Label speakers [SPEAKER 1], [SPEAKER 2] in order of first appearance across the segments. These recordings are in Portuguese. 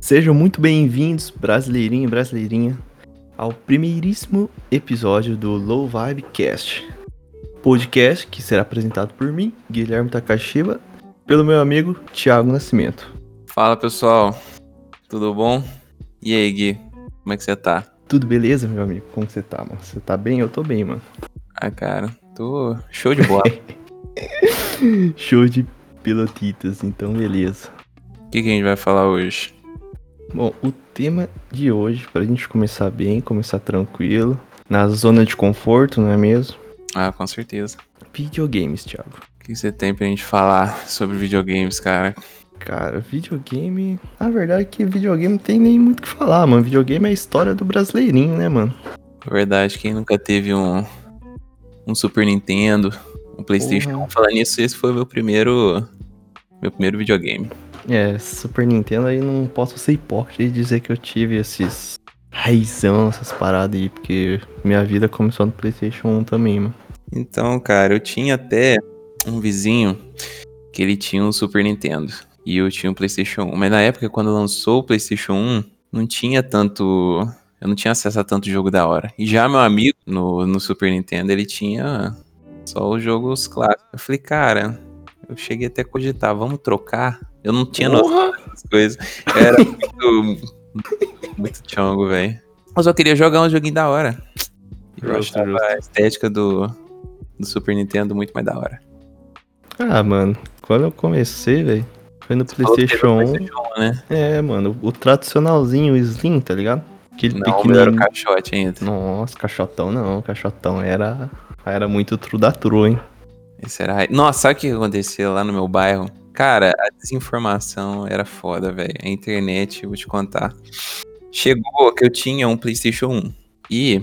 [SPEAKER 1] Sejam muito bem-vindos, brasileirinho e brasileirinha, ao primeiríssimo episódio do Low Vibe Cast. Podcast que será apresentado por mim, Guilherme Takashiba, pelo meu amigo Thiago Nascimento.
[SPEAKER 2] Fala pessoal, tudo bom? E aí, Gui, como é que você tá?
[SPEAKER 1] Tudo beleza, meu amigo? Como você tá, mano? Você tá bem? Eu tô bem, mano.
[SPEAKER 2] Ah, cara, tô show de bola.
[SPEAKER 1] Show de pilotitas, então beleza.
[SPEAKER 2] O que, que a gente vai falar hoje?
[SPEAKER 1] Bom, o tema de hoje, pra gente começar bem, começar tranquilo, na zona de conforto, não é mesmo?
[SPEAKER 2] Ah, com certeza.
[SPEAKER 1] Videogames, Thiago.
[SPEAKER 2] O que que você tem pra gente falar sobre videogames, cara?
[SPEAKER 1] Cara, videogame. Na verdade, é que videogame não tem nem muito o que falar, mano. Videogame é a história do brasileirinho, né, mano?
[SPEAKER 2] Na verdade, quem nunca teve um, um Super Nintendo, um Playstation,
[SPEAKER 1] Porra.
[SPEAKER 2] falar nisso, esse foi o meu primeiro, meu primeiro videogame.
[SPEAKER 1] É, Super Nintendo aí não posso ser hipócrita e dizer que eu tive esses raizão, essas paradas aí, porque minha vida começou no PlayStation 1 também, mano.
[SPEAKER 2] Então, cara, eu tinha até um vizinho que ele tinha um Super Nintendo e eu tinha um PlayStation 1. Mas na época, quando lançou o PlayStation 1, não tinha tanto. Eu não tinha acesso a tanto jogo da hora. E já meu amigo no, no Super Nintendo, ele tinha só os jogos clássicos. Eu falei, cara, eu cheguei até a cogitar, vamos trocar? Eu não tinha noção das coisas. Era muito. muito chongo, velho. Mas eu queria jogar um joguinho da hora. Eu
[SPEAKER 1] Justo,
[SPEAKER 2] achava a estética do, do Super Nintendo muito mais da hora.
[SPEAKER 1] Ah, mano, quando eu comecei, velho, foi no
[SPEAKER 2] Falou que teve o
[SPEAKER 1] PlayStation 1.
[SPEAKER 2] PlayStation 1, né?
[SPEAKER 1] É, mano, o tradicionalzinho, o Slim, tá ligado? Aquele
[SPEAKER 2] Não, o meu era o
[SPEAKER 1] pequenininho.
[SPEAKER 2] caixote ainda.
[SPEAKER 1] Nossa, caixotão não, caixotão era. Era muito tru da tru, hein?
[SPEAKER 2] Esse era... hype. Nossa, sabe o que aconteceu lá no meu bairro? Cara, a desinformação era foda, velho. A internet, vou te contar. Chegou que eu tinha um PlayStation 1 e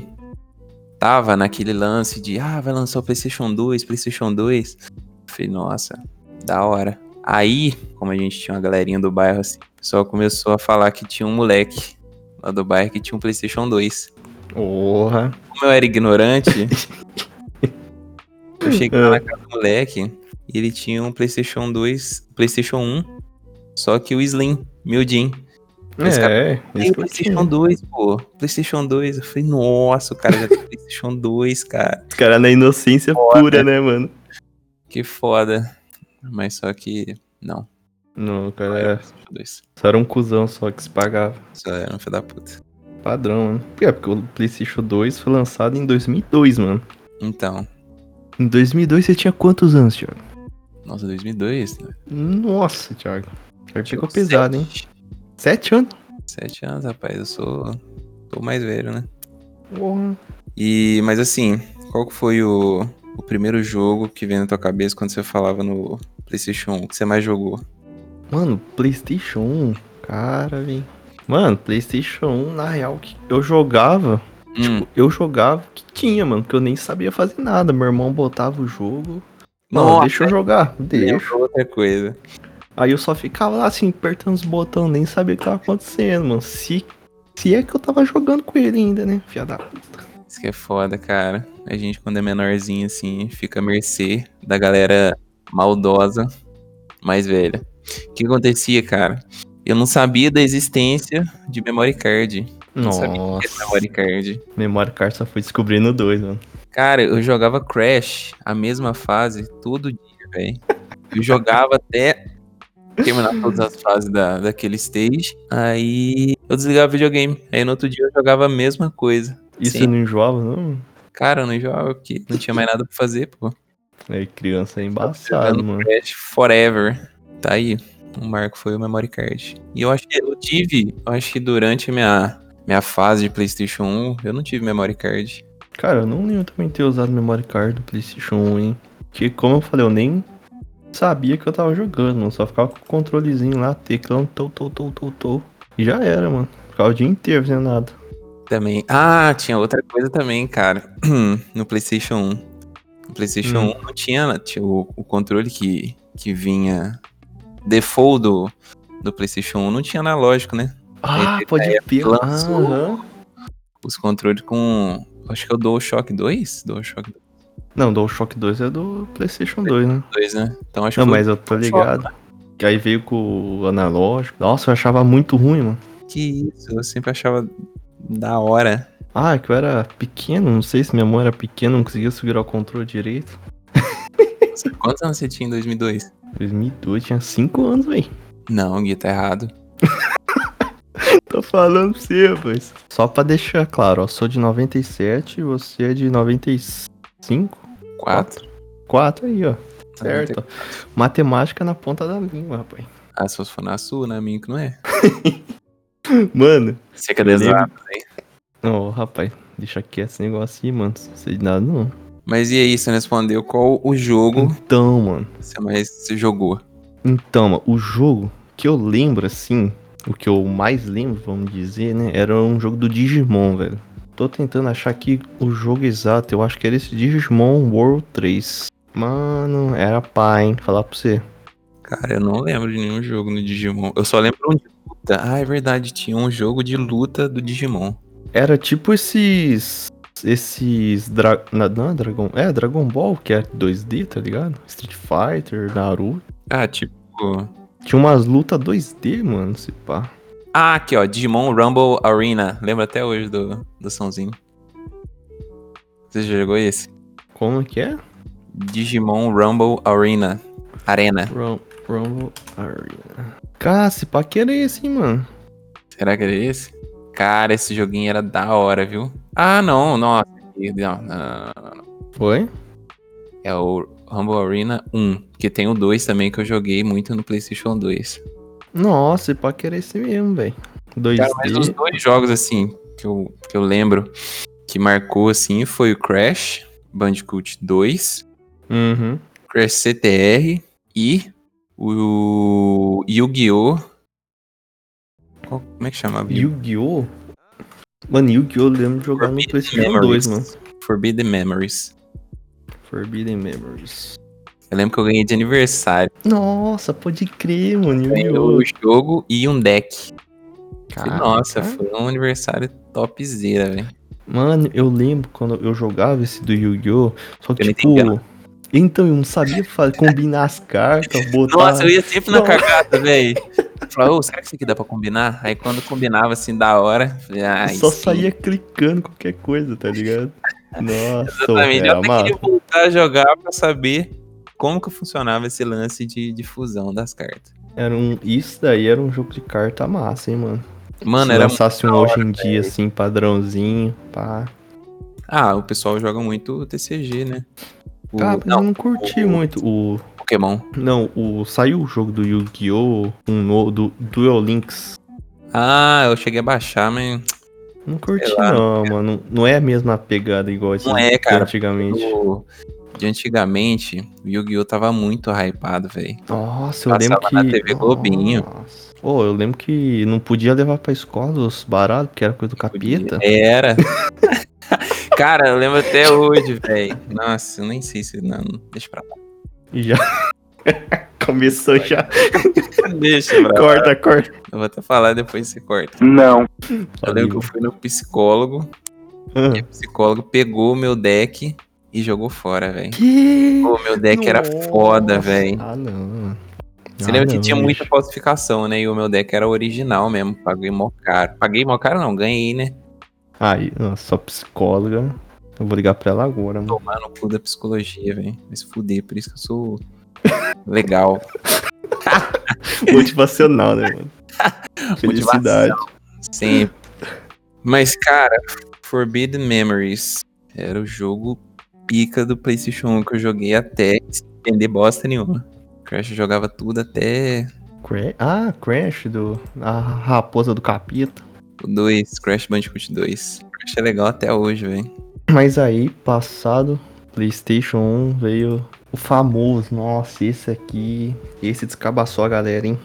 [SPEAKER 2] tava naquele lance de, ah, vai lançar o PlayStation 2, PlayStation 2. Falei, nossa, da hora. Aí, como a gente tinha uma galerinha do bairro assim, o pessoal começou a falar que tinha um moleque lá do bairro que tinha um PlayStation 2.
[SPEAKER 1] Porra.
[SPEAKER 2] como eu era ignorante, eu cheguei
[SPEAKER 1] É.
[SPEAKER 2] lá na casa do moleque e ele tinha um PlayStation 2, PlayStation 1, só que o Slim, miudinho. Esse cara
[SPEAKER 1] É,
[SPEAKER 2] Tem
[SPEAKER 1] isso
[SPEAKER 2] o
[SPEAKER 1] que eu tinha.
[SPEAKER 2] PlayStation 2, pô. PlayStation 2. Eu falei, nossa, o cara já tem PlayStation 2, cara.
[SPEAKER 1] Os caras na inocência
[SPEAKER 2] Foda.
[SPEAKER 1] pura, né, mano?
[SPEAKER 2] Que foda. Mas só que. Não.
[SPEAKER 1] Não, o cara era,
[SPEAKER 2] PlayStation 2.
[SPEAKER 1] só era um cuzão só que se pagava.
[SPEAKER 2] Isso era um filho da puta.
[SPEAKER 1] Padrão, mano. É, porque o PlayStation 2 foi lançado em 2002, mano.
[SPEAKER 2] Então.
[SPEAKER 1] Em 2002 você tinha quantos anos, Thiago?
[SPEAKER 2] Nossa, 2002? né?
[SPEAKER 1] Nossa, Thiago. Aí ficou
[SPEAKER 2] Tinha
[SPEAKER 1] pesado, hein?
[SPEAKER 2] sete-
[SPEAKER 1] Sete anos?
[SPEAKER 2] Sete anos, rapaz. Eu sou. Sou mais velho, né?
[SPEAKER 1] Porra.
[SPEAKER 2] E, mas assim, qual que foi o, o primeiro jogo que veio na tua cabeça quando você falava no PlayStation 1? O que você mais jogou?
[SPEAKER 1] Mano, PlayStation 1, cara, velho. Mano, PlayStation 1, na real, que eu jogava,
[SPEAKER 2] Hum,
[SPEAKER 1] eu jogava o que tinha, mano, que eu nem sabia fazer nada. Meu irmão botava o jogo. Mano,
[SPEAKER 2] nossa,
[SPEAKER 1] deixa eu jogar, deixa.
[SPEAKER 2] lembrou outra coisa.
[SPEAKER 1] Aí eu só ficava lá assim, apertando os botões, nem sabia o que tava acontecendo, mano. Se, se é que eu tava jogando com ele ainda, né? Filha da puta.
[SPEAKER 2] Isso que é foda, cara. A gente, quando é menorzinho, assim, fica à mercê da galera maldosa, mais velha. O que acontecia, cara? Eu não sabia da existência de memory card. Não sabia o que era
[SPEAKER 1] Nossa.
[SPEAKER 2] memory card.
[SPEAKER 1] Memória card só fui descobrindo dois, mano.
[SPEAKER 2] Cara, eu jogava Crash, a mesma fase, todo dia, velho. Eu jogava até terminar todas as fases da, daquele stage. Aí eu desligava o videogame. Aí no outro dia eu jogava a mesma coisa.
[SPEAKER 1] Isso
[SPEAKER 2] Sim.
[SPEAKER 1] não enjoava, não?
[SPEAKER 2] Cara, eu não jogava porque não tinha mais nada pra fazer, pô.
[SPEAKER 1] É, criança é embaçado, mano.
[SPEAKER 2] Crash Forever. Tá aí. O marco foi o memory card. E eu acho que eu tive, eu acho que durante a minha, minha fase de PlayStation 1, eu não tive memory card.
[SPEAKER 1] Cara, eu não lembro também ter usado memory card do PlayStation 1, hein? Porque, como eu falei, eu nem sabia que eu tava jogando, mano. Só ficava com o controlezinho lá, teclando, tô, tô, tô, tô, tô. E já era, mano. Ficava o dia inteiro fazendo nada.
[SPEAKER 2] Também. Ah, tinha outra coisa também, cara. No PlayStation 1. No PlayStation
[SPEAKER 1] Hum.
[SPEAKER 2] 1 não tinha, tinha o, o controle que, que vinha default do, do PlayStation 1 não tinha analógico, né?
[SPEAKER 1] Ah,
[SPEAKER 2] Aí,
[SPEAKER 1] pode
[SPEAKER 2] aí,
[SPEAKER 1] ter.
[SPEAKER 2] lançou.
[SPEAKER 1] Aham.
[SPEAKER 2] Os controles com. Acho que é o DualShock 2? DualShock
[SPEAKER 1] Não, DualShock 2 é do PlayStation 2, né?
[SPEAKER 2] 2, né? Então acho
[SPEAKER 1] Não,
[SPEAKER 2] que foi
[SPEAKER 1] mas eu tô ligado. Que aí veio com o analógico. Nossa, eu achava muito ruim, mano.
[SPEAKER 2] Que isso, eu sempre achava da hora.
[SPEAKER 1] Ah, que eu era pequeno, não sei se minha mão era pequena, não conseguia segurar o controle direito.
[SPEAKER 2] Quantos anos você tinha em 2002?
[SPEAKER 1] 2002, tinha 5 anos, velho.
[SPEAKER 2] Não, Gui, tá errado.
[SPEAKER 1] Tô falando pra você, rapaz. Só pra deixar claro, ó, sou de 97, você é de 95?
[SPEAKER 2] Quatro.
[SPEAKER 1] 4 aí, ó. Certo. Matemática na ponta da língua, rapaz.
[SPEAKER 2] Ah, se fosse for na sua, na minha que não é.
[SPEAKER 1] Mano,
[SPEAKER 2] Você que é das
[SPEAKER 1] Eu lembro.
[SPEAKER 2] armas, hein?
[SPEAKER 1] ó, rapaz, deixa quieto esse negócio aí, mano. Não sei de nada, não.
[SPEAKER 2] Mas e aí, você não respondeu qual o jogo
[SPEAKER 1] Então, mano.
[SPEAKER 2] que você mais se jogou?
[SPEAKER 1] Então, mano, o jogo que eu lembro, assim, o que eu mais lembro, vamos dizer, né, era um jogo do Digimon, velho. Tô tentando achar aqui o jogo exato, eu acho que era esse Digimon World 3. Mano, era pá, hein, falar pra você.
[SPEAKER 2] Cara, eu não lembro de nenhum jogo no Digimon. Eu só lembro um de luta. Ah, é verdade, tinha um jogo de luta do Digimon.
[SPEAKER 1] Era tipo esses... Esses... Dra... na- Não, é Dragon... É, Dragon Ball, que é 2D, tá ligado? Street Fighter, Naruto.
[SPEAKER 2] Ah, tipo.
[SPEAKER 1] Tinha umas lutas 2D, mano, se pá.
[SPEAKER 2] Ah, aqui ó, Digimon Rumble Arena. Lembra até hoje do, do somzinho. Você já jogou esse?
[SPEAKER 1] Como que é?
[SPEAKER 2] Digimon Rumble Arena. Arena.
[SPEAKER 1] Rum- Rumble Arena. Cara, se pá que era esse, hein, mano.
[SPEAKER 2] Será que era esse? Cara, esse joguinho era da hora, viu? Ah, não, nossa. Não, não, não, não, não.
[SPEAKER 1] Foi?
[SPEAKER 2] É o Rumble Arena 1. Que tem o 2 também que eu joguei muito no PlayStation 2.
[SPEAKER 1] Nossa, e pá que era esse mesmo, velho. 2D.
[SPEAKER 2] Cara, mas os dois jogos, assim, que eu, que eu lembro que marcou, assim, foi o Crash, Bandicoot 2,
[SPEAKER 1] Uhum.
[SPEAKER 2] Crash CTR e o Yu-Gi-Oh! Qual- Como é que chamava?
[SPEAKER 1] Yu-Gi-Oh! Mano, Yu-Gi-Oh! eu lembro de jogar no PlayStation 2, mano.
[SPEAKER 2] Forbidden Memories.
[SPEAKER 1] Forbidden Memories.
[SPEAKER 2] Eu lembro que eu ganhei de aniversário.
[SPEAKER 1] Nossa, pode crer, mano.
[SPEAKER 2] Ganhei
[SPEAKER 1] Yu-Gi-Oh!
[SPEAKER 2] o jogo e um deck. Falei,
[SPEAKER 1] Caraca.
[SPEAKER 2] Nossa, foi um aniversário topzera, velho.
[SPEAKER 1] Mano, eu lembro quando eu jogava esse do Yu-Gi-Oh! Só que,
[SPEAKER 2] Eu não
[SPEAKER 1] tipo.
[SPEAKER 2] entendi.
[SPEAKER 1] Então, eu não sabia fa- combinar as cartas, botar.
[SPEAKER 2] Nossa, eu ia sempre na
[SPEAKER 1] Não.
[SPEAKER 2] cagada, velho. Falava, ô, será que isso aqui dá pra combinar? Aí quando combinava assim da hora, falei, ah,
[SPEAKER 1] só
[SPEAKER 2] sim.
[SPEAKER 1] saía clicando qualquer coisa, tá ligado? Nossa, é
[SPEAKER 2] Exatamente.
[SPEAKER 1] velho,
[SPEAKER 2] Eu até
[SPEAKER 1] amado.
[SPEAKER 2] queria voltar a jogar pra saber como que funcionava esse lance de, de fusão das cartas.
[SPEAKER 1] Era um, isso daí era um jogo de carta massa, hein, mano.
[SPEAKER 2] Mano,
[SPEAKER 1] Se
[SPEAKER 2] era.
[SPEAKER 1] lançasse um
[SPEAKER 2] da
[SPEAKER 1] hoje em dia, assim, padrãozinho, pá.
[SPEAKER 2] Ah, o pessoal joga muito o TCG, né? O-
[SPEAKER 1] Cara, mas
[SPEAKER 2] Não,
[SPEAKER 1] eu não curti
[SPEAKER 2] o-
[SPEAKER 1] muito o...
[SPEAKER 2] Pokémon.
[SPEAKER 1] Não, o... Saiu o jogo do Yu-Gi-Oh! Um novo, do Duel Links.
[SPEAKER 2] Ah, eu cheguei a baixar, mas.
[SPEAKER 1] Não curti
[SPEAKER 2] lá,
[SPEAKER 1] não, mano. Não é a mesma pegada igual esse
[SPEAKER 2] Não é, cara.
[SPEAKER 1] antigamente.
[SPEAKER 2] o- De antigamente, o Yu-Gi-Oh! tava muito hypado, velho.
[SPEAKER 1] Nossa, eu
[SPEAKER 2] Passava
[SPEAKER 1] lembro que...
[SPEAKER 2] na TV Globinho.
[SPEAKER 1] Nossa. Pô, eu lembro que não podia levar pra escola os baratos, porque era coisa do capeta.
[SPEAKER 2] Era. Cara, eu lembro até hoje, velho. Nossa, eu nem sei se. Não, deixa pra lá.
[SPEAKER 1] E já... Começou já.
[SPEAKER 2] Deixa pra lá.
[SPEAKER 1] Corta, corta.
[SPEAKER 2] Eu vou até falar depois você corta. Eu lembro que eu fui no psicólogo
[SPEAKER 1] Ah.
[SPEAKER 2] e o psicólogo pegou o meu deck e jogou fora, velho.
[SPEAKER 1] Que...
[SPEAKER 2] O meu deck era foda,
[SPEAKER 1] Nossa.
[SPEAKER 2] velho.
[SPEAKER 1] Ah, não.
[SPEAKER 2] Você lembra que
[SPEAKER 1] Ah, não,
[SPEAKER 2] tinha muita
[SPEAKER 1] bicho.
[SPEAKER 2] falsificação, né? E o meu deck era original mesmo. Paguei mó caro. Paguei mó caro, não. Ganhei, né?
[SPEAKER 1] Aí, nossa, só psicóloga. Eu vou ligar pra ela agora, mano.
[SPEAKER 2] Tomar no cu da psicologia, velho. Mas fuder, por isso que eu sou legal.
[SPEAKER 1] Motivacional, né, mano? Felicidade.
[SPEAKER 2] Sempre. Mas, cara, Forbidden Memories era o jogo pica do PlayStation 1 que eu joguei até entender bosta nenhuma. Crash eu jogava tudo até
[SPEAKER 1] Cra- ah, Crash do. A raposa do capeta.
[SPEAKER 2] o 2, Crash Bandicoot 2. Crash é legal até hoje, velho.
[SPEAKER 1] Mas aí, passado, PlayStation 1 veio o famoso. Nossa, esse aqui. Esse descabaçou a galera, hein?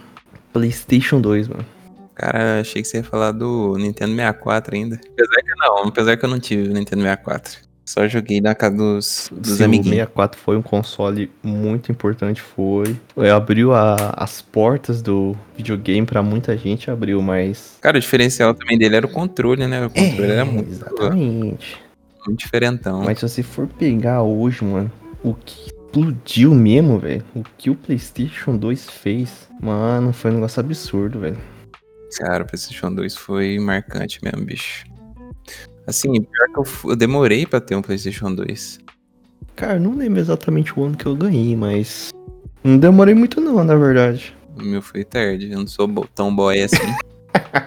[SPEAKER 1] PlayStation 2, mano.
[SPEAKER 2] Cara, achei que você ia falar do Nintendo 64 ainda. Apesar que não, apesar que eu não tive o Nintendo 64. Só joguei na casa dos, dos
[SPEAKER 1] Sim,
[SPEAKER 2] amiguinhos.
[SPEAKER 1] O 64 foi um console muito importante, foi. É, abriu a- as portas do videogame pra muita gente, abriu, mas.
[SPEAKER 2] Cara, o diferencial também dele era o controle, né? O controle era muito,
[SPEAKER 1] É,
[SPEAKER 2] Ah.
[SPEAKER 1] Exatamente.
[SPEAKER 2] muito diferentão.
[SPEAKER 1] Mas se você for pegar hoje, mano, o que explodiu mesmo, velho. O que o PlayStation 2 fez, mano, foi um negócio absurdo, velho.
[SPEAKER 2] Cara, o PlayStation 2 foi marcante mesmo, bicho. Assim, pior que eu, fu- eu demorei pra ter um PlayStation 2.
[SPEAKER 1] Cara, não lembro exatamente o ano que eu ganhei, mas. Não demorei muito, não, na verdade.
[SPEAKER 2] O meu foi tarde, eu não sou bo- tão boy assim.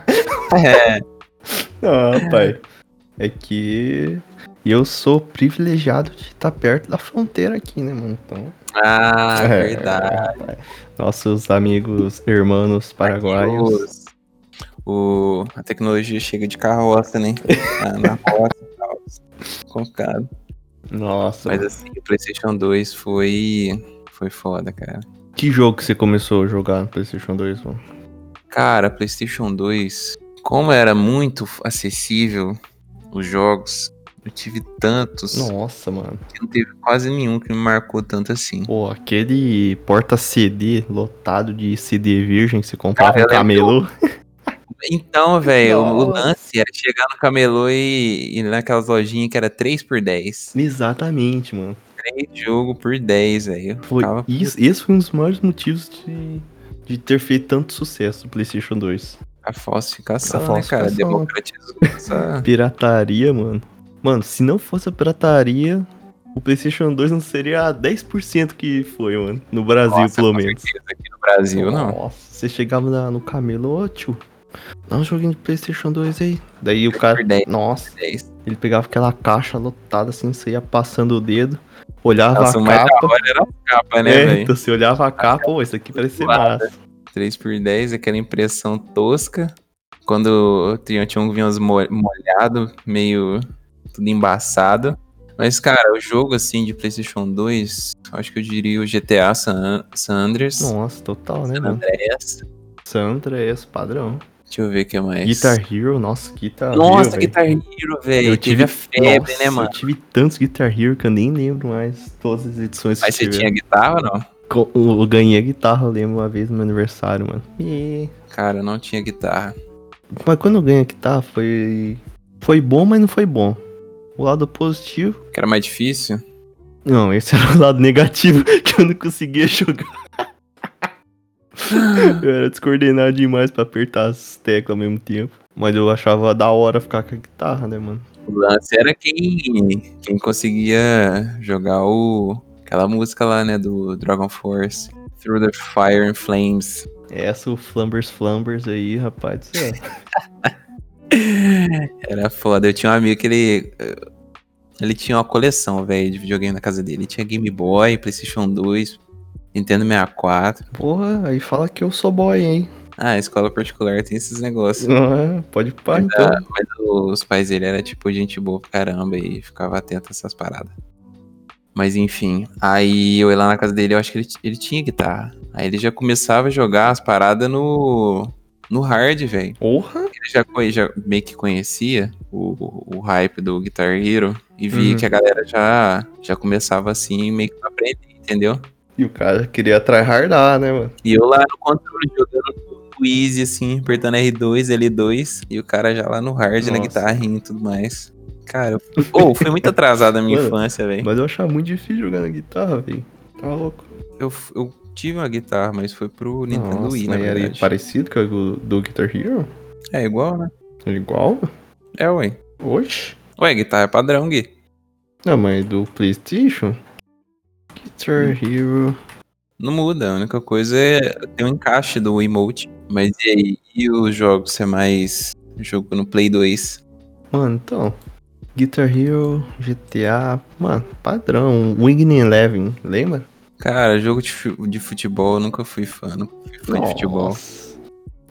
[SPEAKER 2] é,
[SPEAKER 1] Ah, pai. É que. Eu sou privilegiado de estar perto da fronteira aqui, né, mano? Então.
[SPEAKER 2] ah,
[SPEAKER 1] É,
[SPEAKER 2] verdade.
[SPEAKER 1] rapaz. Nossos amigos, irmãos paraguaios.
[SPEAKER 2] Os- o, a tecnologia chega de carroça, né? Na, na roça e tal. Complicado.
[SPEAKER 1] Nossa.
[SPEAKER 2] Mas assim, o PlayStation 2 foi. Foi foda, cara.
[SPEAKER 1] Que jogo que você começou a jogar no PlayStation 2, mano?
[SPEAKER 2] Cara, PlayStation 2, como era muito acessível os jogos, eu tive tantos
[SPEAKER 1] Nossa, mano.
[SPEAKER 2] que não teve quase nenhum que me marcou tanto assim.
[SPEAKER 1] Pô, aquele porta-CD lotado de CD virgem que você comprava
[SPEAKER 2] Cara,
[SPEAKER 1] no
[SPEAKER 2] eu
[SPEAKER 1] camelô.
[SPEAKER 2] Então, velho, o
[SPEAKER 1] Nossa.
[SPEAKER 2] lance era chegar no camelô e, e naquelas lojinhas que era 3 por 10.
[SPEAKER 1] Exatamente, mano.
[SPEAKER 2] 3 jogo por 10, velho. Eu
[SPEAKER 1] Foi,
[SPEAKER 2] ficava-
[SPEAKER 1] isso, esse foi um dos maiores motivos de, de ter feito tanto sucesso o PlayStation 2.
[SPEAKER 2] A falsificação,
[SPEAKER 1] A
[SPEAKER 2] né, cara?
[SPEAKER 1] falsificação.
[SPEAKER 2] Democratizou essa...
[SPEAKER 1] Pirataria, mano. Mano, se não fosse a pirataria, o PlayStation 2 não seria a 10% que foi, mano. No Brasil,
[SPEAKER 2] Nossa,
[SPEAKER 1] pelo
[SPEAKER 2] com
[SPEAKER 1] menos.
[SPEAKER 2] certeza, Aqui no Brasil, não.
[SPEAKER 1] Nossa, você chegava na- no camelo, ô tio, dá um joguinho de PlayStation 2 aí. Daí o cara,
[SPEAKER 2] por 10.
[SPEAKER 1] nossa,
[SPEAKER 2] 10.
[SPEAKER 1] ele pegava aquela caixa lotada assim, você ia passando o dedo, olhava
[SPEAKER 2] Nossa, o
[SPEAKER 1] a
[SPEAKER 2] mais da
[SPEAKER 1] capa.
[SPEAKER 2] hora era a capa, né,
[SPEAKER 1] É,
[SPEAKER 2] velho?
[SPEAKER 1] então você olhava a capa, ô, isso aqui parece ser
[SPEAKER 2] Zoada.
[SPEAKER 1] massa.
[SPEAKER 2] 3x10, aquela impressão tosca. Quando o Triantion vinha uns mo- molhado, meio tudo embaçado. Mas, cara, o jogo assim de PlayStation 2, acho que eu diria o GTA San, San Andreas.
[SPEAKER 1] Nossa, total, né,
[SPEAKER 2] San
[SPEAKER 1] mano?
[SPEAKER 2] Andreas.
[SPEAKER 1] Sandra é esse padrão.
[SPEAKER 2] Deixa eu ver o que mais.
[SPEAKER 1] Guitar Hero, nossa, Guitar Hero.
[SPEAKER 2] Nossa,
[SPEAKER 1] velho.
[SPEAKER 2] Guitar Hero, velho.
[SPEAKER 1] Eu
[SPEAKER 2] Eu
[SPEAKER 1] tive-
[SPEAKER 2] tive a febre,
[SPEAKER 1] Nossa,
[SPEAKER 2] né, mano?
[SPEAKER 1] Eu tive tantos Guitar Hero que eu nem lembro mais todas as edições
[SPEAKER 2] Mas
[SPEAKER 1] que
[SPEAKER 2] você
[SPEAKER 1] tiveram.
[SPEAKER 2] tinha guitarra ou não?
[SPEAKER 1] Co- Eu eu ganhei a guitarra, eu lembro, uma vez no meu aniversário, mano. E...
[SPEAKER 2] Cara, eu não tinha guitarra.
[SPEAKER 1] Mas quando eu ganhei a guitarra, foi. Foi bom, mas não foi bom. O lado positivo.
[SPEAKER 2] Que era mais difícil.
[SPEAKER 1] Não, esse era o lado negativo que eu não conseguia jogar. eu era descoordenado demais pra apertar as teclas ao mesmo tempo. Mas eu achava da hora ficar com a guitarra, né, mano?
[SPEAKER 2] O lance era quem, quem conseguia jogar o, aquela música lá, né, do Dragon Force. Through the Fire and Flames.
[SPEAKER 1] É Essa, o Flambers Flambers aí, rapaz. do céu.
[SPEAKER 2] Era foda. Eu tinha um amigo que ele. eh, Ele tinha uma coleção, velho, de videogame na casa dele. Ele tinha Game Boy, PlayStation 2, Nintendo 64.
[SPEAKER 1] Porra, aí fala que eu sou boy, hein?
[SPEAKER 2] Ah, a escola particular tem esses negócios.
[SPEAKER 1] Ah, pode pá,
[SPEAKER 2] Mas,
[SPEAKER 1] então.
[SPEAKER 2] ah, mas os pais dele era tipo gente boa pra caramba e ficava atento a essas paradas. Mas enfim, aí eu ia lá na casa dele, eu acho que ele, ele tinha guitarra. Aí ele já começava a jogar as paradas no, no hard, velho.
[SPEAKER 1] Porra!
[SPEAKER 2] Ele já, conhe- já meio que conhecia o, o hype do Guitar Hero e via
[SPEAKER 1] Uhum.
[SPEAKER 2] que a galera já, já começava assim, meio que pra aprender, entendeu?
[SPEAKER 1] E o cara queria tryhardar, né, mano?
[SPEAKER 2] E eu lá no controle jogando o Easy, assim, apertando R2, L2, e o cara já lá no hard, na
[SPEAKER 1] Nossa.
[SPEAKER 2] guitarrinha e tudo mais. Cara, eu oh, fui muito atrasado na minha
[SPEAKER 1] Mano,
[SPEAKER 2] infância, velho.
[SPEAKER 1] Mas eu achava muito difícil jogar na guitarra, velho. Tá louco.
[SPEAKER 2] Eu, f- eu tive uma guitarra, mas foi pro Nintendo
[SPEAKER 1] Nossa,
[SPEAKER 2] Wii, na
[SPEAKER 1] mas era
[SPEAKER 2] verdade.
[SPEAKER 1] parecido com a do, do Guitar Hero?
[SPEAKER 2] É igual, né?
[SPEAKER 1] É igual?
[SPEAKER 2] É, ué.
[SPEAKER 1] Oxe.
[SPEAKER 2] Ué, guitarra é padrão, Gui.
[SPEAKER 1] Não, mas do Playstation?
[SPEAKER 2] Hum.
[SPEAKER 1] Guitar Hero...
[SPEAKER 2] Não muda, a única coisa é ter o encaixe do emote. Mas e aí? E os jogos? Você mais jogo no Play 2?
[SPEAKER 1] Mano, então... Guitar Hero, GTA... Mano, padrão. Wing Eleven, lembra?
[SPEAKER 2] Cara, jogo de, fu- de futebol, eu nunca fui fã. Nunca fui fã de futebol.
[SPEAKER 1] Nossa.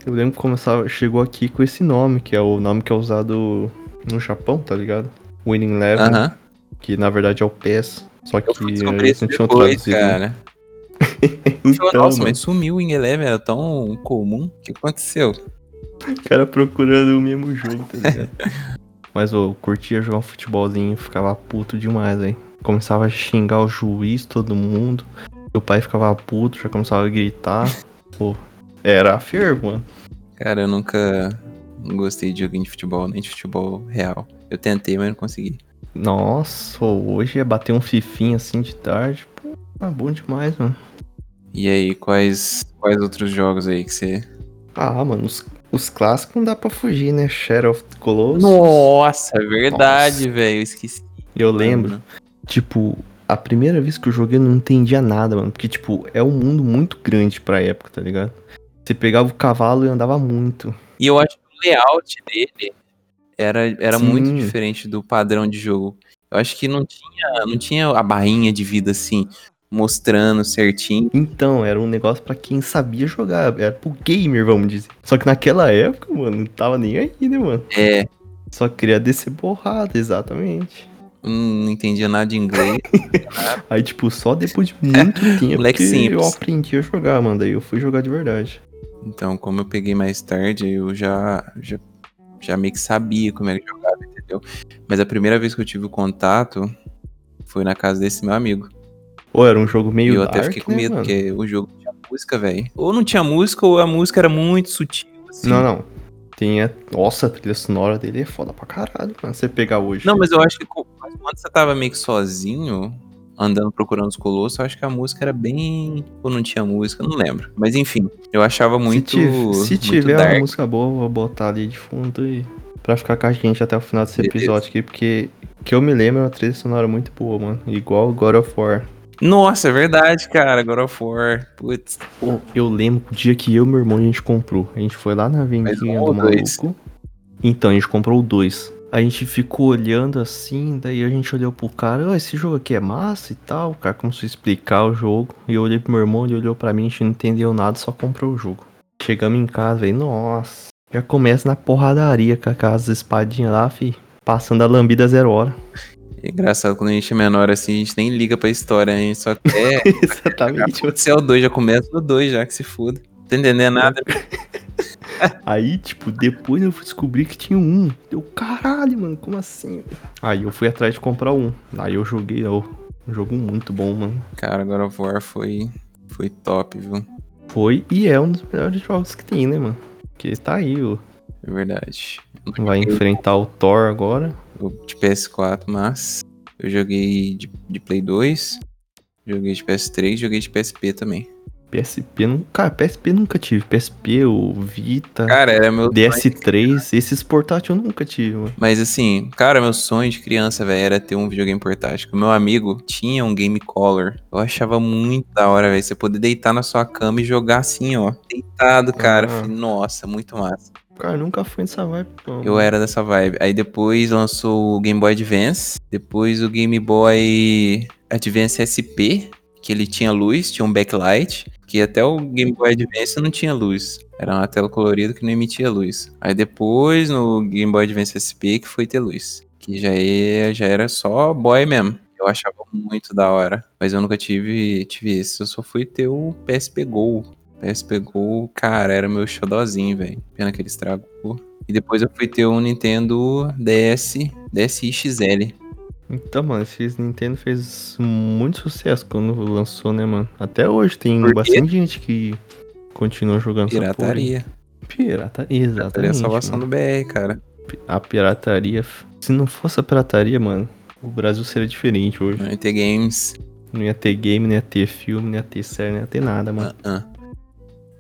[SPEAKER 1] Eu lembro que começava, chegou aqui com esse nome, que é o nome que é usado no Japão, tá ligado? Winning Eleven,
[SPEAKER 2] Aham.
[SPEAKER 1] que na verdade é o PES. Só que
[SPEAKER 2] Eu fui descobrir
[SPEAKER 1] eles
[SPEAKER 2] isso
[SPEAKER 1] não tinham
[SPEAKER 2] depois,
[SPEAKER 1] traduzido. né?
[SPEAKER 2] cara.
[SPEAKER 1] Então,
[SPEAKER 2] Nossa,
[SPEAKER 1] mano,
[SPEAKER 2] mas sumiu em Eleven, era tão comum. O que aconteceu?
[SPEAKER 1] o cara procurando o mesmo jogo, tá ligado? Mas ô, eu curtia jogar um futebolzinho, ficava puto demais, hein? Começava a xingar o juiz, todo mundo. Meu pai ficava puto, já começava a gritar. Pô, era fervo, mano.
[SPEAKER 2] Cara, eu nunca gostei de joguinho de futebol, nem de futebol real. Eu tentei, mas não consegui.
[SPEAKER 1] Nossa, hoje é bater um fifinho assim de tarde. Pô, Ah, bom demais, mano.
[SPEAKER 2] E aí, quais, quais outros jogos aí que você.
[SPEAKER 1] Ah, mano, os, os clássicos não dá pra fugir, né? Shadow of the Colossus.
[SPEAKER 2] Nossa, é verdade, velho. Eu esqueci.
[SPEAKER 1] Eu lembro,
[SPEAKER 2] mano.
[SPEAKER 1] tipo, a primeira vez que eu joguei eu não entendia nada, mano. Porque, tipo, é um mundo muito grande pra época, tá ligado? Você pegava o cavalo e andava muito.
[SPEAKER 2] E eu acho que o layout dele era, era
[SPEAKER 1] Sim.
[SPEAKER 2] muito diferente do padrão de jogo. Eu acho que não tinha, não tinha a barrinha de vida assim, mostrando certinho.
[SPEAKER 1] Então, era um negócio pra quem sabia jogar. Era pro gamer, vamos dizer. Só que naquela época, mano, não tava nem aí, né, mano?
[SPEAKER 2] É,
[SPEAKER 1] Só queria descer borrado, exatamente.
[SPEAKER 2] eu não entendia nada de inglês.
[SPEAKER 1] Aí, tipo, só depois de muito tempo
[SPEAKER 2] É, Moleque
[SPEAKER 1] que eu
[SPEAKER 2] simples.
[SPEAKER 1] aprendi a jogar, mano. Daí eu fui jogar de verdade.
[SPEAKER 2] Então, como eu peguei mais tarde, eu já, já, já meio que sabia como é que jogava, entendeu? Mas a primeira vez que eu tive o contato foi na casa desse meu amigo.
[SPEAKER 1] Ou era um jogo
[SPEAKER 2] E
[SPEAKER 1] meio
[SPEAKER 2] eu
[SPEAKER 1] dark,
[SPEAKER 2] até fiquei com
[SPEAKER 1] né,
[SPEAKER 2] medo,
[SPEAKER 1] mano?
[SPEAKER 2] porque o jogo não tinha música, velho. Ou não tinha música, ou a música era muito sutil. assim.
[SPEAKER 1] Não, não. Tem a... Nossa, a trilha sonora dele é foda pra caralho, mano. Você pegar hoje.
[SPEAKER 2] Não, mas eu acho que co- mas quando você tava meio que sozinho, andando procurando os colossos, eu acho que a música era bem. Ou não tinha música, eu não lembro. Mas enfim, eu achava muito.
[SPEAKER 1] se, tiv- se
[SPEAKER 2] muito
[SPEAKER 1] tiver
[SPEAKER 2] dark.
[SPEAKER 1] uma música boa, eu vou botar ali de fundo e. Pra ficar com a gente até o final desse
[SPEAKER 2] Beleza.
[SPEAKER 1] episódio aqui, porque que eu me lembro é uma trilha sonora muito boa, mano. Igual God of War.
[SPEAKER 2] Nossa, é verdade, cara. God of War. Putz.
[SPEAKER 1] Pô, Eu lembro o dia que eu e meu irmão a gente comprou. A gente foi lá na vendinha
[SPEAKER 2] um ou
[SPEAKER 1] do
[SPEAKER 2] dois?
[SPEAKER 1] maluco. Então, a gente comprou dois. A gente ficou olhando assim, daí a gente olhou pro cara, "Ó, esse jogo aqui é massa e tal. O cara começou a explicar o jogo. E eu olhei pro meu irmão, ele olhou pra mim, a gente não entendeu nada, só comprou o jogo. Chegamos em casa, velho, nossa. Já começa na porradaria com aquelas espadinhas lá, fi. Passando a lambida zero hora.
[SPEAKER 2] É engraçado, quando a gente é menor assim, a gente nem liga pra história, né? a gente só quer.
[SPEAKER 1] Exatamente.
[SPEAKER 2] Se é o 2, já começa no 2 já, que se foda. Não Tá entendendo nada?
[SPEAKER 1] Aí, tipo, depois eu fui descobrir que tinha um. Eu, caralho, mano, como assim? Aí eu fui atrás de comprar um. Aí eu joguei, ó. Um jogo muito bom, mano.
[SPEAKER 2] Cara, God of War foi, foi top, viu?
[SPEAKER 1] Foi e é um dos melhores jogos que tem, né, mano? Porque tá aí, ó.
[SPEAKER 2] É verdade.
[SPEAKER 1] Vai enfrentar o Thor agora.
[SPEAKER 2] Eu- De PS4, mas eu joguei de, de Play 2, joguei de PS3, joguei de PSP também.
[SPEAKER 1] PSP, não... cara, PSP nunca tive. PSP, o Vita,
[SPEAKER 2] Cara, era meu.
[SPEAKER 1] DS3, esses portátil eu nunca tive, mano.
[SPEAKER 2] Mas assim, cara, meu sonho de criança, velho, era ter um videogame portátil. O meu amigo tinha um Game Color. Eu achava muito da hora, velho. Você poder deitar na sua cama e jogar assim, ó. Deitado, cara.
[SPEAKER 1] Ah.
[SPEAKER 2] Falei, Nossa, muito massa.
[SPEAKER 1] Cara, eu nunca fui nessa vibe, não.
[SPEAKER 2] Eu era dessa vibe. Aí depois lançou o Game Boy Advance. Depois o Game Boy Advance SP. Que ele tinha luz, tinha um backlight. Que até o Game Boy Advance não tinha luz. Era uma tela colorida que não emitia luz. Aí depois no Game Boy Advance SP que foi ter luz. Que já, é, já era só boy mesmo. Eu achava muito da hora. Mas eu nunca tive, tive esse. Eu só fui ter o PSP Go. PSP Go, cara, era meu xodózinho, velho. Pena que ele estragou. E depois eu fui ter um Nintendo DS, DSi XL.
[SPEAKER 1] Então, mano, esse Nintendo fez muito sucesso quando lançou, né, mano? Até hoje tem
[SPEAKER 2] Por quê?
[SPEAKER 1] bastante gente que continua jogando essa porra aí.
[SPEAKER 2] Pirataria.
[SPEAKER 1] Pirataria,
[SPEAKER 2] Pirataria é a
[SPEAKER 1] exatamente.
[SPEAKER 2] salvação
[SPEAKER 1] mano.
[SPEAKER 2] do BR, cara.
[SPEAKER 1] A pirataria. Se não fosse a pirataria, mano, o Brasil seria diferente hoje.
[SPEAKER 2] Não ia ter games.
[SPEAKER 1] Não ia ter game, não ia ter filme, não ia ter série, não ia ter nada, mano.
[SPEAKER 2] ah, ah.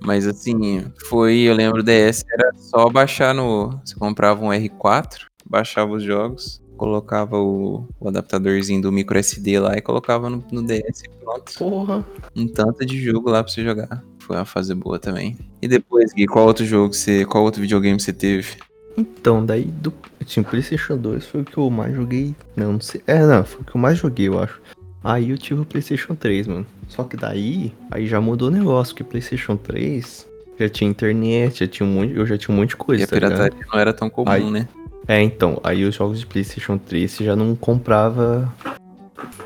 [SPEAKER 2] Mas assim, foi. Eu lembro o DS era só baixar no. Você comprava um R4, baixava os jogos, colocava o, o adaptadorzinho do micro SD lá e colocava no, no DS e pronto.
[SPEAKER 1] Porra.
[SPEAKER 2] Um tanto de jogo lá pra você jogar. Foi uma fase boa também. E depois, Gui, qual outro jogo que você. Qual outro videogame você teve?
[SPEAKER 1] Então, daí do. Tipo, PlayStation 2 foi o que eu mais joguei. Não, não sei. É, não, foi o que eu mais joguei, eu acho. Aí eu tive o PlayStation 3, mano. Só que daí, aí já mudou o negócio, porque PlayStation 3 já tinha internet, já tinha um monte, eu já tinha um monte de coisa,
[SPEAKER 2] Porque a
[SPEAKER 1] tá ligado?
[SPEAKER 2] pirataria não era tão comum,
[SPEAKER 1] Aí-
[SPEAKER 2] né?
[SPEAKER 1] É, então, aí os jogos de PlayStation 3 você já não comprava.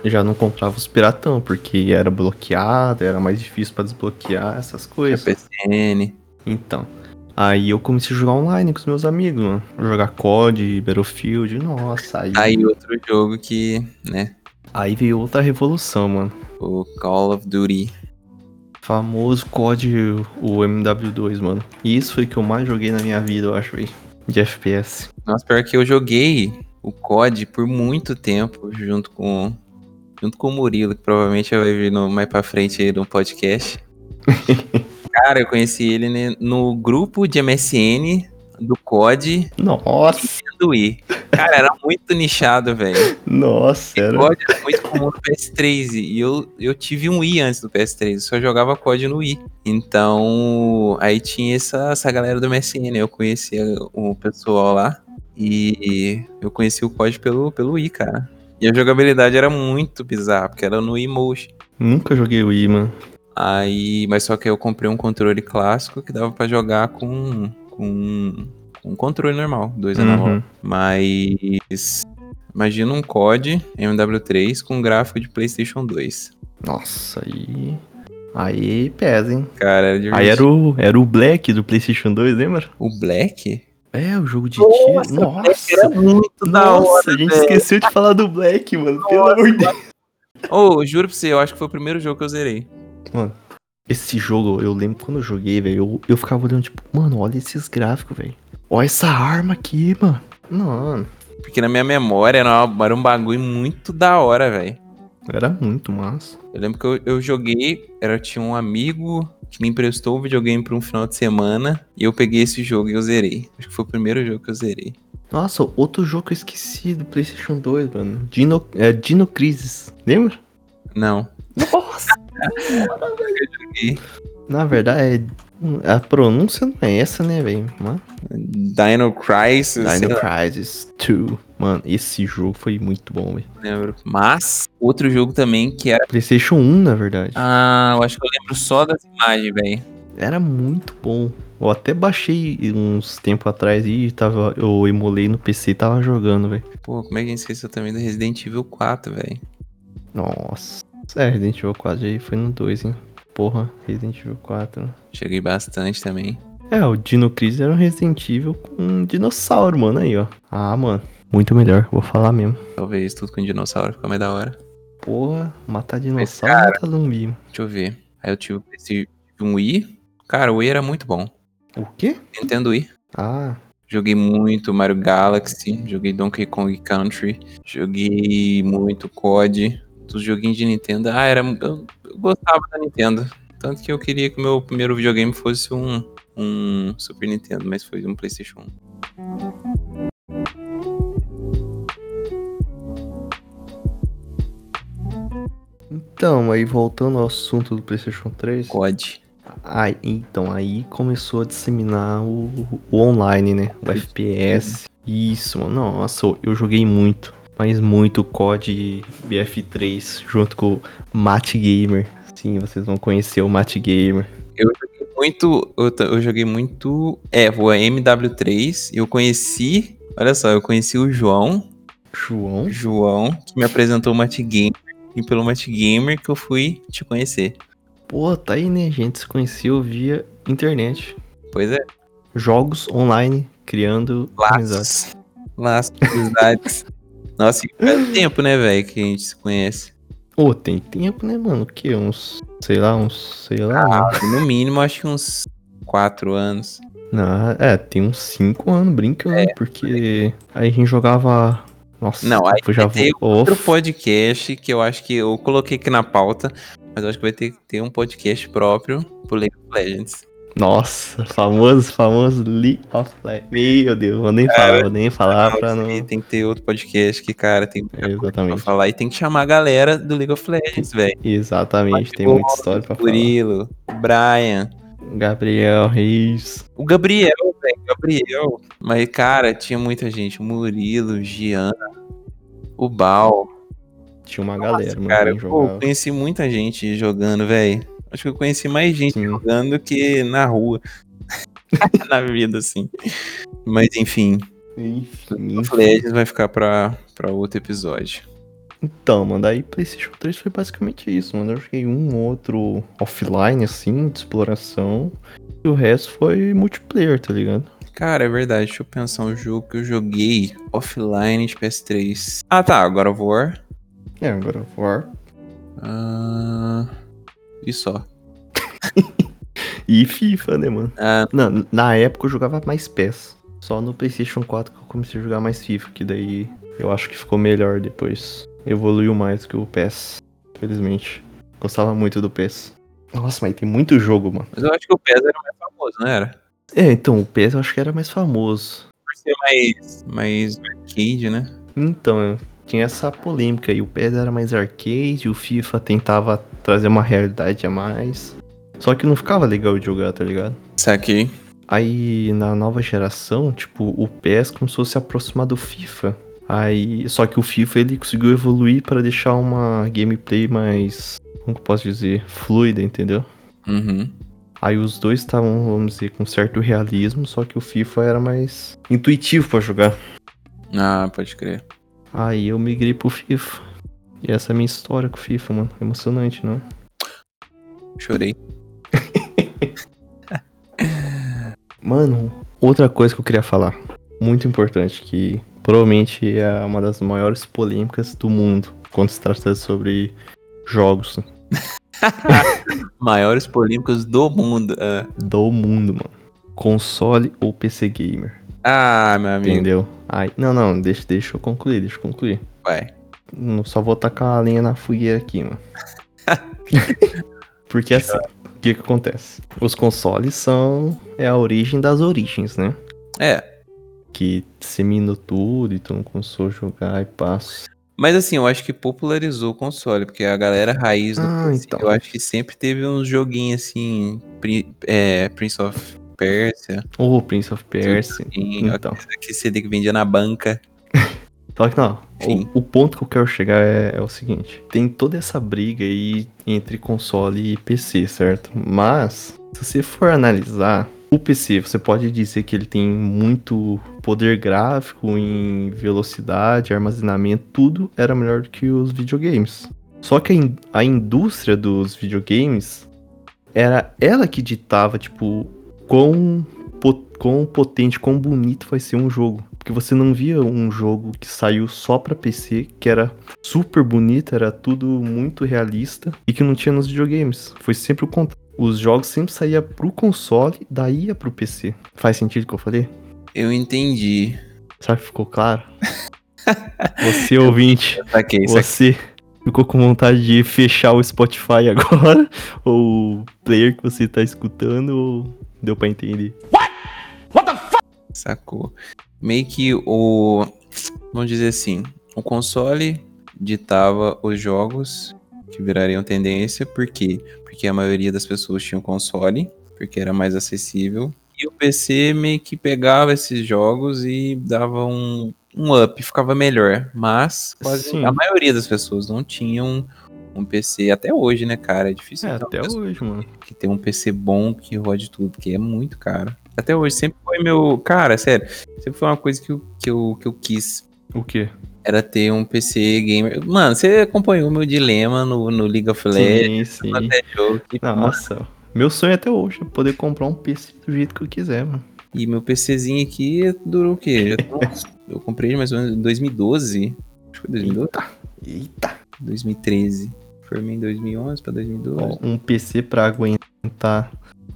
[SPEAKER 1] Já não comprava os piratão, porque era bloqueado, era mais difícil pra desbloquear essas coisas.
[SPEAKER 2] PCN.
[SPEAKER 1] Então. Aí eu comecei a jogar online com os meus amigos, mano. Jogar COD, Battlefield, nossa. Aí,
[SPEAKER 2] Tá Aí outro jogo que, né,
[SPEAKER 1] aí veio outra revolução, mano.
[SPEAKER 2] o Call of Duty.
[SPEAKER 1] Famoso COD, o MW2, mano. E isso foi o que eu mais joguei na minha vida, eu acho, velho. De FPS.
[SPEAKER 2] Nossa, pior que eu joguei o COD por muito tempo junto com junto com o Murilo, que provavelmente vai vir no- mais pra frente aí no podcast. Cara, eu conheci ele né, no grupo de MSN do COD
[SPEAKER 1] Nossa,
[SPEAKER 2] do I. Cara, era muito nichado, velho.
[SPEAKER 1] nossa, era.
[SPEAKER 2] COD era muito comum no PS3 e eu, eu tive um I antes do PS3, eu só jogava COD no I. Então, aí tinha essa, essa galera do MSN, eu conhecia o pessoal lá e eu conheci o COD pelo, pelo I, cara. E a jogabilidade era muito bizarra, porque era no emotion.
[SPEAKER 1] Nunca joguei o I, mano.
[SPEAKER 2] Aí, mas só que eu comprei um controle clássico que dava pra jogar com, com, com um controle normal, dois
[SPEAKER 1] Uhum.
[SPEAKER 2] analógicos. Mas imagina um COD MW3 com um gráfico de PlayStation 2.
[SPEAKER 1] Nossa, aí. Aí pesa, hein?
[SPEAKER 2] Cara, era
[SPEAKER 1] Aí
[SPEAKER 2] divertido.
[SPEAKER 1] era o, era o Black do PlayStation 2, lembra?
[SPEAKER 2] o Black?
[SPEAKER 1] É, o jogo de
[SPEAKER 2] Nossa,
[SPEAKER 1] tiro. Nossa,
[SPEAKER 2] muito
[SPEAKER 1] nossa, a gente esqueceu de falar do Black, mano. Pelo amor de Deus.
[SPEAKER 2] Ô, juro pra você, eu acho que foi o primeiro jogo que eu zerei.
[SPEAKER 1] Esse jogo, eu lembro quando eu joguei, velho, eu, eu ficava olhando, tipo, mano, olha esses gráficos, velho. Olha essa arma aqui, mano. Não,
[SPEAKER 2] Porque na minha memória era, uma- era um bagulho muito da hora, velho.
[SPEAKER 1] era muito massa.
[SPEAKER 2] Eu lembro que eu, eu joguei, era, tinha um amigo que me emprestou o videogame pra um final de semana. E eu peguei esse jogo e eu zerei. Acho que foi o primeiro jogo que eu zerei.
[SPEAKER 1] Nossa, outro jogo que eu esqueci do PlayStation 2, mano. Dino, é, Dino Crisis, lembra?
[SPEAKER 2] Não.
[SPEAKER 1] Nossa!
[SPEAKER 2] joguei.
[SPEAKER 1] Na verdade, é, a pronúncia não é essa, né, velho? Mas-
[SPEAKER 2] Dino Crisis, sei
[SPEAKER 1] Dino
[SPEAKER 2] lá,
[SPEAKER 1] Crisis 2. Mano, esse jogo foi muito bom, velho.
[SPEAKER 2] não lembro. Mas, outro jogo também que era.
[SPEAKER 1] PlayStation 1, na verdade.
[SPEAKER 2] Ah, eu acho que eu lembro só das imagens, velho.
[SPEAKER 1] Era muito bom. Eu até baixei uns tempo atrás e tava, eu emulei no PC e tava jogando, velho.
[SPEAKER 2] Pô, como é que a gente esqueceu também do Resident Evil 4, velho?
[SPEAKER 1] Nossa. É, Resident Evil 4 aí foi no 2, hein? Porra, Resident Evil 4.
[SPEAKER 2] Cheguei bastante também.
[SPEAKER 1] É, o Dino Crisis era um Resident Evil com um dinossauro, mano, aí, ó. Ah, mano. Muito melhor, vou falar mesmo.
[SPEAKER 2] Talvez tudo com dinossauro fica mais da hora.
[SPEAKER 1] Porra, matar dinossauro
[SPEAKER 2] cara-
[SPEAKER 1] matar zumbi.
[SPEAKER 2] Deixa eu ver. Aí eu tive esse um Wii. Cara, o Wii era muito bom.
[SPEAKER 1] O quê?
[SPEAKER 2] Nintendo Wii.
[SPEAKER 1] Ah,
[SPEAKER 2] Joguei muito Mario Galaxy, joguei Donkey Kong Country, joguei muito COD, dos joguinhos de Nintendo. Ah, era, eu, eu gostava da Nintendo. Tanto que eu queria que o meu primeiro videogame fosse um, um Super Nintendo, mas foi um PlayStation 1.
[SPEAKER 1] então, aí voltando ao assunto do PlayStation 3.
[SPEAKER 2] COD.
[SPEAKER 1] Aí, então, aí começou a disseminar o, o online, né? O
[SPEAKER 2] Foi.
[SPEAKER 1] FPS. Isso, mano. Nossa, eu- eu joguei muito. Mas muito COD BF3 junto com o Mat Gamer. Sim, vocês vão conhecer o Mat Gamer.
[SPEAKER 2] Eu joguei muito. Eu, ta- eu joguei muito. É, o MW3. Eu conheci. Olha só, eu conheci o João.
[SPEAKER 1] João?
[SPEAKER 2] João, que me apresentou o Mat Gamer. E pelo Mat Gamer que eu fui te conhecer.
[SPEAKER 1] Pô, tá aí, né, gente? Se conheceu via internet.
[SPEAKER 2] Pois é.
[SPEAKER 1] Jogos online, criando amizade.
[SPEAKER 2] Laços. Laços, amizades. Nossa, e faz tempo, né, velho, que a gente se conhece.
[SPEAKER 1] Pô, tem tempo, né, mano? O quê? Uns, sei lá, uns, sei
[SPEAKER 2] Ah,
[SPEAKER 1] lá.
[SPEAKER 2] No mínimo, acho que uns quatro anos.
[SPEAKER 1] Não, é, tem uns 5 anos, brincando, porque aí a gente jogava. Nossa,
[SPEAKER 2] É, Não, aí
[SPEAKER 1] eu já
[SPEAKER 2] vai ter
[SPEAKER 1] vou.
[SPEAKER 2] Outro podcast que eu acho que eu coloquei aqui na pauta, mas eu acho que vai ter que ter um podcast próprio pro League of Legends.
[SPEAKER 1] Nossa, famoso, famoso League of Legends. Meu Deus, vou nem
[SPEAKER 2] É,
[SPEAKER 1] falar, vou nem falar pra não.
[SPEAKER 2] E tem que ter outro podcast que, cara, tem muita coisa pra
[SPEAKER 1] Exatamente,
[SPEAKER 2] falar e tem que chamar a galera do League of Legends, velho.
[SPEAKER 1] exatamente, tem
[SPEAKER 2] Bom,
[SPEAKER 1] muita história pra falar.
[SPEAKER 2] Murilo, Brian,
[SPEAKER 1] Gabriel Reis.
[SPEAKER 2] o Gabriel, velho, Gabriel. Mas, cara, tinha muita gente. Murilo, Giana, o Bal.
[SPEAKER 1] Tinha uma galera, mano,
[SPEAKER 2] Cara,
[SPEAKER 1] quem
[SPEAKER 2] pô,
[SPEAKER 1] jogava.
[SPEAKER 2] eu conheci muita gente jogando, velho. Acho que eu conheci mais gente
[SPEAKER 1] Sim.
[SPEAKER 2] jogando do que na rua. na vida, assim. Mas enfim,
[SPEAKER 1] Enfim.
[SPEAKER 2] o Legends vai ficar pra, pra outro episódio.
[SPEAKER 1] Então, mano, daí PlayStation 3 foi basicamente isso, mano. Eu joguei um ou outro offline, assim, de exploração. E o resto foi multiplayer, tá ligado?
[SPEAKER 2] Cara, é verdade, deixa eu pensar um jogo que eu joguei offline de PS3. Ah tá, agora of War.
[SPEAKER 1] É, agora of War.
[SPEAKER 2] Ah, e só.
[SPEAKER 1] E FIFA, né, mano?
[SPEAKER 2] Ah,
[SPEAKER 1] Não, na época eu jogava mais PES. Só no PlayStation 4 que eu comecei a jogar mais FIFA, que daí eu acho que ficou melhor depois. evoluiu mais que o PES, felizmente. Gostava muito do PES. Nossa, mas tem muito jogo, mano.
[SPEAKER 2] Mas eu acho que o PES era o é mais famoso, né, não era?
[SPEAKER 1] É, então, o PES eu acho que era mais famoso.
[SPEAKER 2] Por ser mais, mais arcade, né?
[SPEAKER 1] Então, tinha essa polêmica aí. O PES era mais arcade, o FIFA tentava trazer uma realidade a mais. Só que não ficava legal de jogar, tá ligado?
[SPEAKER 2] Saquei.
[SPEAKER 1] Aí na nova geração, tipo, o PES começou a se aproximar do FIFA. Aí, só que o FIFA ele conseguiu evoluir para deixar uma gameplay mais, como que eu posso dizer, fluida, entendeu?
[SPEAKER 2] Uhum.
[SPEAKER 1] Aí os dois estavam, vamos dizer, com certo realismo, só que o FIFA era mais intuitivo pra jogar.
[SPEAKER 2] Ah, pode crer.
[SPEAKER 1] Aí eu migrei pro FIFA. E essa é a minha história com o FIFA, mano. É Emocionante, não?
[SPEAKER 2] Chorei.
[SPEAKER 1] Mano, outra coisa que eu queria falar, muito importante, que provavelmente é uma das maiores polêmicas do mundo quando se trata sobre jogos
[SPEAKER 2] Maiores polêmicas do mundo. ah.
[SPEAKER 1] do mundo, mano. Console ou PC gamer,
[SPEAKER 2] Ah, meu amigo.
[SPEAKER 1] entendeu? Ai, não, não, deixa, deixa eu concluir, deixa eu concluir.
[SPEAKER 2] Vai.
[SPEAKER 1] Não só vou tacar a lenha na fogueira aqui, mano. Porque assim, o que que acontece? Os consoles são é a origem das origens, né?
[SPEAKER 2] É.
[SPEAKER 1] que disseminou tudo e tu não começou a jogar e passa.
[SPEAKER 2] Mas assim, eu acho que popularizou o console, porque a galera raiz do
[SPEAKER 1] Ah,
[SPEAKER 2] PC,
[SPEAKER 1] então.
[SPEAKER 2] eu acho que sempre teve uns joguinhos assim, Pri- é, Prince of Persia,
[SPEAKER 1] Ô, Prince of Persia.
[SPEAKER 2] e
[SPEAKER 1] Então.
[SPEAKER 2] aquele CD que vendia na banca.
[SPEAKER 1] Só que não,
[SPEAKER 2] Sim.
[SPEAKER 1] o, o ponto que eu quero chegar é, é o seguinte: tem toda essa briga aí entre console e PC, certo? Mas, se você for analisar. O PC, você pode dizer que ele tem muito poder gráfico em velocidade, armazenamento, tudo era melhor do que os videogames. Só que a, in- a indústria dos videogames era ela que ditava, tipo, quão, po- quão potente, quão bonito vai ser um jogo. Porque você não via um jogo que saiu só pra PC, que era super bonito, era tudo muito realista e que não tinha nos videogames. Foi sempre o contrário. Os jogos sempre saíam pro console, daí ia pro PC. Faz sentido o que eu falei?
[SPEAKER 2] Eu entendi.
[SPEAKER 1] Será que ficou claro? você, ouvinte.
[SPEAKER 2] Saquei, saquei.
[SPEAKER 1] Você ficou com vontade de fechar o Spotify agora? Ou o player que você tá escutando? Ou deu pra entender?
[SPEAKER 2] Sacou. Meio que o. Vamos dizer assim. O console ditava os jogos que virariam tendência. Por quê? Porque a maioria das pessoas tinha um console, porque era mais acessível. E o PC meio que pegava esses jogos e dava um, um up, ficava melhor. Mas quase
[SPEAKER 1] Sim.
[SPEAKER 2] a maioria das pessoas não tinham um PC até hoje, né, cara? É difícil
[SPEAKER 1] É,
[SPEAKER 2] encontrar
[SPEAKER 1] até
[SPEAKER 2] uma pessoa
[SPEAKER 1] hoje, mano.
[SPEAKER 2] que tem um PC bom que rode tudo, que é muito caro. Até hoje, sempre foi meu. Cara, sério, sempre foi uma coisa que eu, que eu, que eu quis.
[SPEAKER 1] O quê?
[SPEAKER 2] Era ter um PC gamer. Mano, você acompanhou meu dilema no, no League of Legends,
[SPEAKER 1] Sim, sim.
[SPEAKER 2] até jogo. E,
[SPEAKER 1] Nossa, meu sonho até hoje é poder comprar um PC do jeito que eu quiser, mano.
[SPEAKER 2] e meu PCzinho aqui durou o quê? Já tem uns- eu comprei ele mais ou menos em 2012. Acho que foi 2012?
[SPEAKER 1] Eita!
[SPEAKER 2] 2013. Formei em 2011 pra 2012.
[SPEAKER 1] Ó, um PC pra aguentar.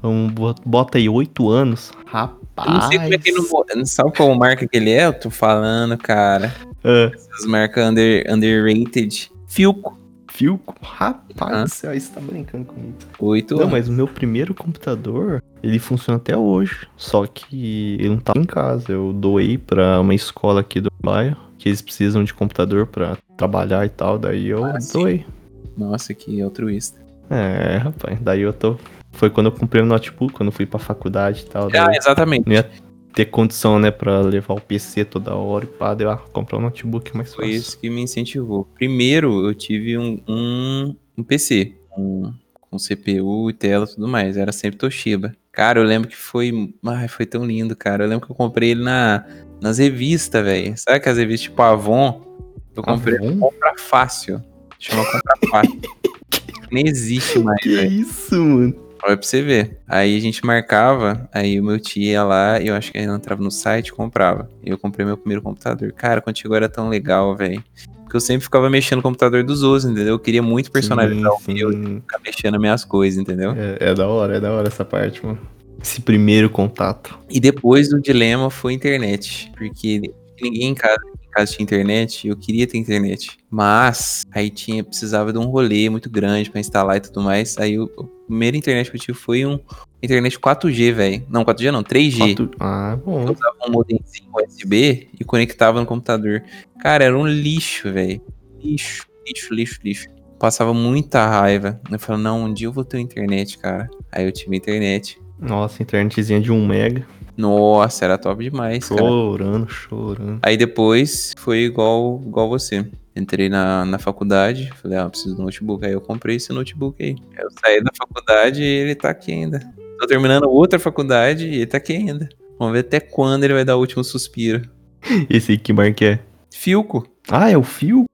[SPEAKER 1] Um, bo- bota aí, 8 anos. Rapaz.
[SPEAKER 2] Eu não sei como é que ele não morreu. Sabe qual marca que ele é? Eu tô falando, cara.
[SPEAKER 1] Ah,
[SPEAKER 2] Essas marcas under, underrated. Filco.
[SPEAKER 1] Filco? Rapaz
[SPEAKER 2] Ah.
[SPEAKER 1] do céu, aí você tá brincando comigo.
[SPEAKER 2] Oito
[SPEAKER 1] Não,
[SPEAKER 2] anos.
[SPEAKER 1] mas o meu primeiro computador, ele funciona até hoje. Só que ele não tá em casa. Eu doei pra uma escola aqui do bairro, que eles precisam de computador pra trabalhar e tal. Daí eu
[SPEAKER 2] Ah, sim.
[SPEAKER 1] doei.
[SPEAKER 2] Nossa, que altruísta.
[SPEAKER 1] É, rapaz. Daí eu tô. Foi quando eu comprei o notebook, quando eu fui pra faculdade e tal.
[SPEAKER 2] Ah,
[SPEAKER 1] Daí
[SPEAKER 2] exatamente.
[SPEAKER 1] não ia
[SPEAKER 2] é-
[SPEAKER 1] ter condição, né, pra levar o PC toda hora e pá. Daí eu ah, comprar um notebook mais
[SPEAKER 2] Foi
[SPEAKER 1] fácil.
[SPEAKER 2] isso que me incentivou. Primeiro, eu tive um, um, um PC. Um, com CPU e tela e tudo mais. Era sempre Toshiba. Cara, eu lembro que foi... Ai, foi tão lindo, cara. Eu lembro que eu comprei ele na, nas revistas, velho. Sabe aquelas revistas tipo Avon? Eu comprei um
[SPEAKER 1] Avon?
[SPEAKER 2] Compra Fácil. Chama Compra Fácil. Nem existe mais,
[SPEAKER 1] Que
[SPEAKER 2] velho.
[SPEAKER 1] isso, mano?
[SPEAKER 2] Olha pra você ver. Aí a gente marcava, aí o meu tio ia lá, eu acho que ele entrava no site e comprava. E eu comprei meu primeiro computador. Cara, contigo era tão legal, velho. Porque eu sempre ficava mexendo no computador dos outros, entendeu? Eu queria muito personalizar o
[SPEAKER 1] Sim,
[SPEAKER 2] meu e
[SPEAKER 1] sim.
[SPEAKER 2] ficar mexendo as minhas coisas, entendeu?
[SPEAKER 1] É, é da hora, é da hora essa parte, mano. Esse primeiro contato.
[SPEAKER 2] E depois o dilema foi a internet. Porque ninguém em casa, em casa tinha internet, eu queria ter internet. Mas aí tinha, precisava de um rolê muito grande pra instalar e tudo mais. Aí o, a primeira internet que eu tive foi um internet 4G, velho. Não, 4G não, 3G.
[SPEAKER 1] Quatro- Ah, bom.
[SPEAKER 2] Eu usava um modemzinho USB e conectava no computador. Cara, era um lixo, velho. Lixo, lixo, lixo, lixo. Passava muita raiva. Eu falava, não, um dia eu vou ter internet, cara. Aí eu tive internet.
[SPEAKER 1] Nossa, internetzinha de 1 mega.
[SPEAKER 2] Nossa, era top demais, cara. é
[SPEAKER 1] Chorando, chorando.
[SPEAKER 2] Aí depois foi igual, igual você. Entrei na, na faculdade, falei, ah, preciso de um notebook. Aí eu comprei esse notebook aí. Aí Eu saí da faculdade e ele tá aqui ainda. Tô terminando outra faculdade e ele tá aqui ainda. Vamos ver até quando ele vai dar o último suspiro.
[SPEAKER 1] Esse aí que marca é?
[SPEAKER 2] Filco.
[SPEAKER 1] Ah, é o Fio?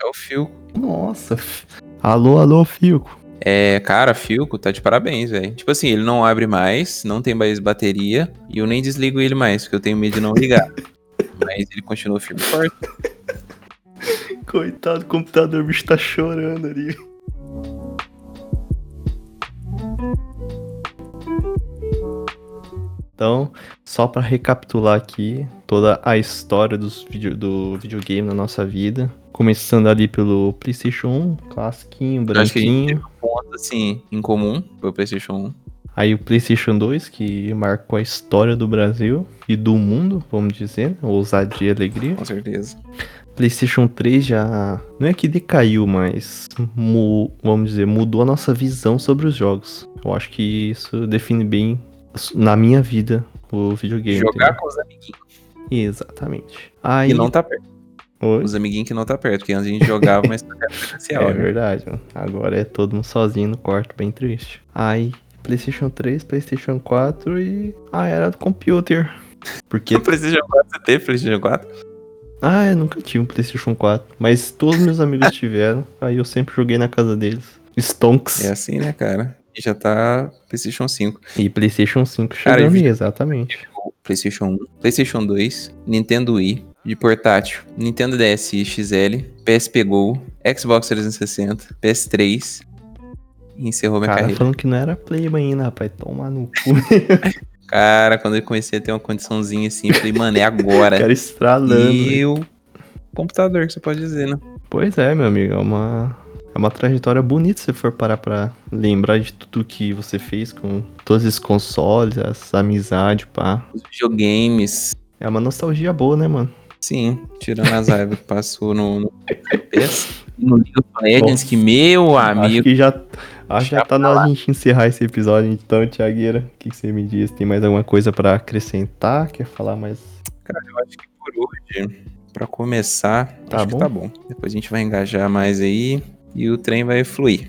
[SPEAKER 2] É o Filco.
[SPEAKER 1] Nossa. Alô, alô, Filco.
[SPEAKER 2] É, cara, Filco tá de parabéns, velho. Tipo assim, ele não abre mais, não tem mais bateria, e eu nem desligo ele mais, porque eu tenho medo de não ligar. Mas ele continua firme e forte.
[SPEAKER 1] Coitado do computador, o bicho tá chorando ali. Então, só pra recapitular aqui toda a história dos vídeo- do videogame na nossa vida. Começando ali pelo PlayStation 1, classiquinho,
[SPEAKER 2] Eu acho que a gente
[SPEAKER 1] branquinho.
[SPEAKER 2] teve um ponto, assim, em comum, foi o PlayStation 1.
[SPEAKER 1] Aí o PlayStation 2, que marcou a história do Brasil e do mundo, vamos dizer, né? ousadia e alegria.
[SPEAKER 2] Com certeza.
[SPEAKER 1] PlayStation 3 já. Não é que decaiu, mas. mu- vamos dizer, mudou a nossa visão sobre os jogos. Eu acho que isso define bem, na minha vida, o videogame.
[SPEAKER 2] Jogar com os amiguinhos
[SPEAKER 1] entendeu? Exatamente. Aí.
[SPEAKER 2] que não tá perto.
[SPEAKER 1] Oi?
[SPEAKER 2] Os amiguinhos que não tá perto, porque antes a gente jogava, mas era presencial,
[SPEAKER 1] É
[SPEAKER 2] né?
[SPEAKER 1] verdade, mano. Agora é todo mundo sozinho no quarto, bem triste. Aí, PlayStation 3, PlayStation 4 e. Ah, era do computer. Porque
[SPEAKER 2] O PlayStation 4, você teve PlayStation 4?
[SPEAKER 1] Ah, eu nunca tive um PlayStation 4, mas todos meus amigos tiveram, aí eu sempre joguei na casa deles. Stonks
[SPEAKER 2] É assim, né, cara? E já tá PlayStation 5.
[SPEAKER 1] e PlayStation 5
[SPEAKER 2] Cara,
[SPEAKER 1] chegando
[SPEAKER 2] eu vi-
[SPEAKER 1] aí, exatamente.
[SPEAKER 2] PlayStation 1, PlayStation 2, Nintendo Wii, de portátil, Nintendo DS XL, PSP Go, Xbox 360, PS3. E encerrou minha
[SPEAKER 1] Cara,
[SPEAKER 2] carreira.
[SPEAKER 1] falando é que não era Playboy ainda, rapaz, toma no cu.
[SPEAKER 2] Cara, quando eu comecei a ter uma condiçãozinha assim, eu falei, mano, é agora.
[SPEAKER 1] Cara estralando.
[SPEAKER 2] e o computador, que você pode dizer, né?
[SPEAKER 1] Pois é, meu amigo, é uma, é uma trajetória bonita se for parar pra lembrar de tudo que você fez com todos esses consoles, essa amizade, pá.
[SPEAKER 2] Os videogames,
[SPEAKER 1] É uma nostalgia boa, né, mano?
[SPEAKER 2] sim, tirando as raivas que passou no, no
[SPEAKER 1] É,
[SPEAKER 2] PS. No League of Legends, que meu
[SPEAKER 1] Acho
[SPEAKER 2] amigo.
[SPEAKER 1] que já, acho que já tá na hora de a gente encerrar esse episódio, então, Tiagueira. O que, que você me diz? Tem mais alguma coisa pra acrescentar? Quer falar mais?
[SPEAKER 2] Cara, eu acho que por hoje, pra começar,
[SPEAKER 1] Tá
[SPEAKER 2] acho
[SPEAKER 1] bom?
[SPEAKER 2] que tá bom. Depois a gente vai engajar mais aí e o trem vai fluir.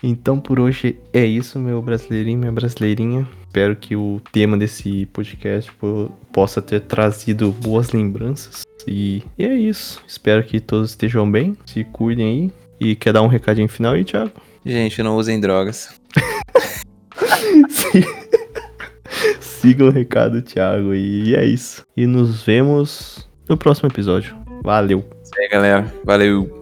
[SPEAKER 1] Então, por hoje é isso, meu brasileirinho, minha brasileirinha. Espero que o tema desse podcast po- possa ter trazido boas lembranças. E, e é isso. Espero que todos estejam bem. Se cuidem aí. E quer dar um recadinho final aí, Thiago?
[SPEAKER 2] Gente, não usem drogas.
[SPEAKER 1] Si- Sigam o recado do Thiago. E é isso. E nos vemos no próximo episódio. Valeu!
[SPEAKER 2] Isso aí, galera. Valeu.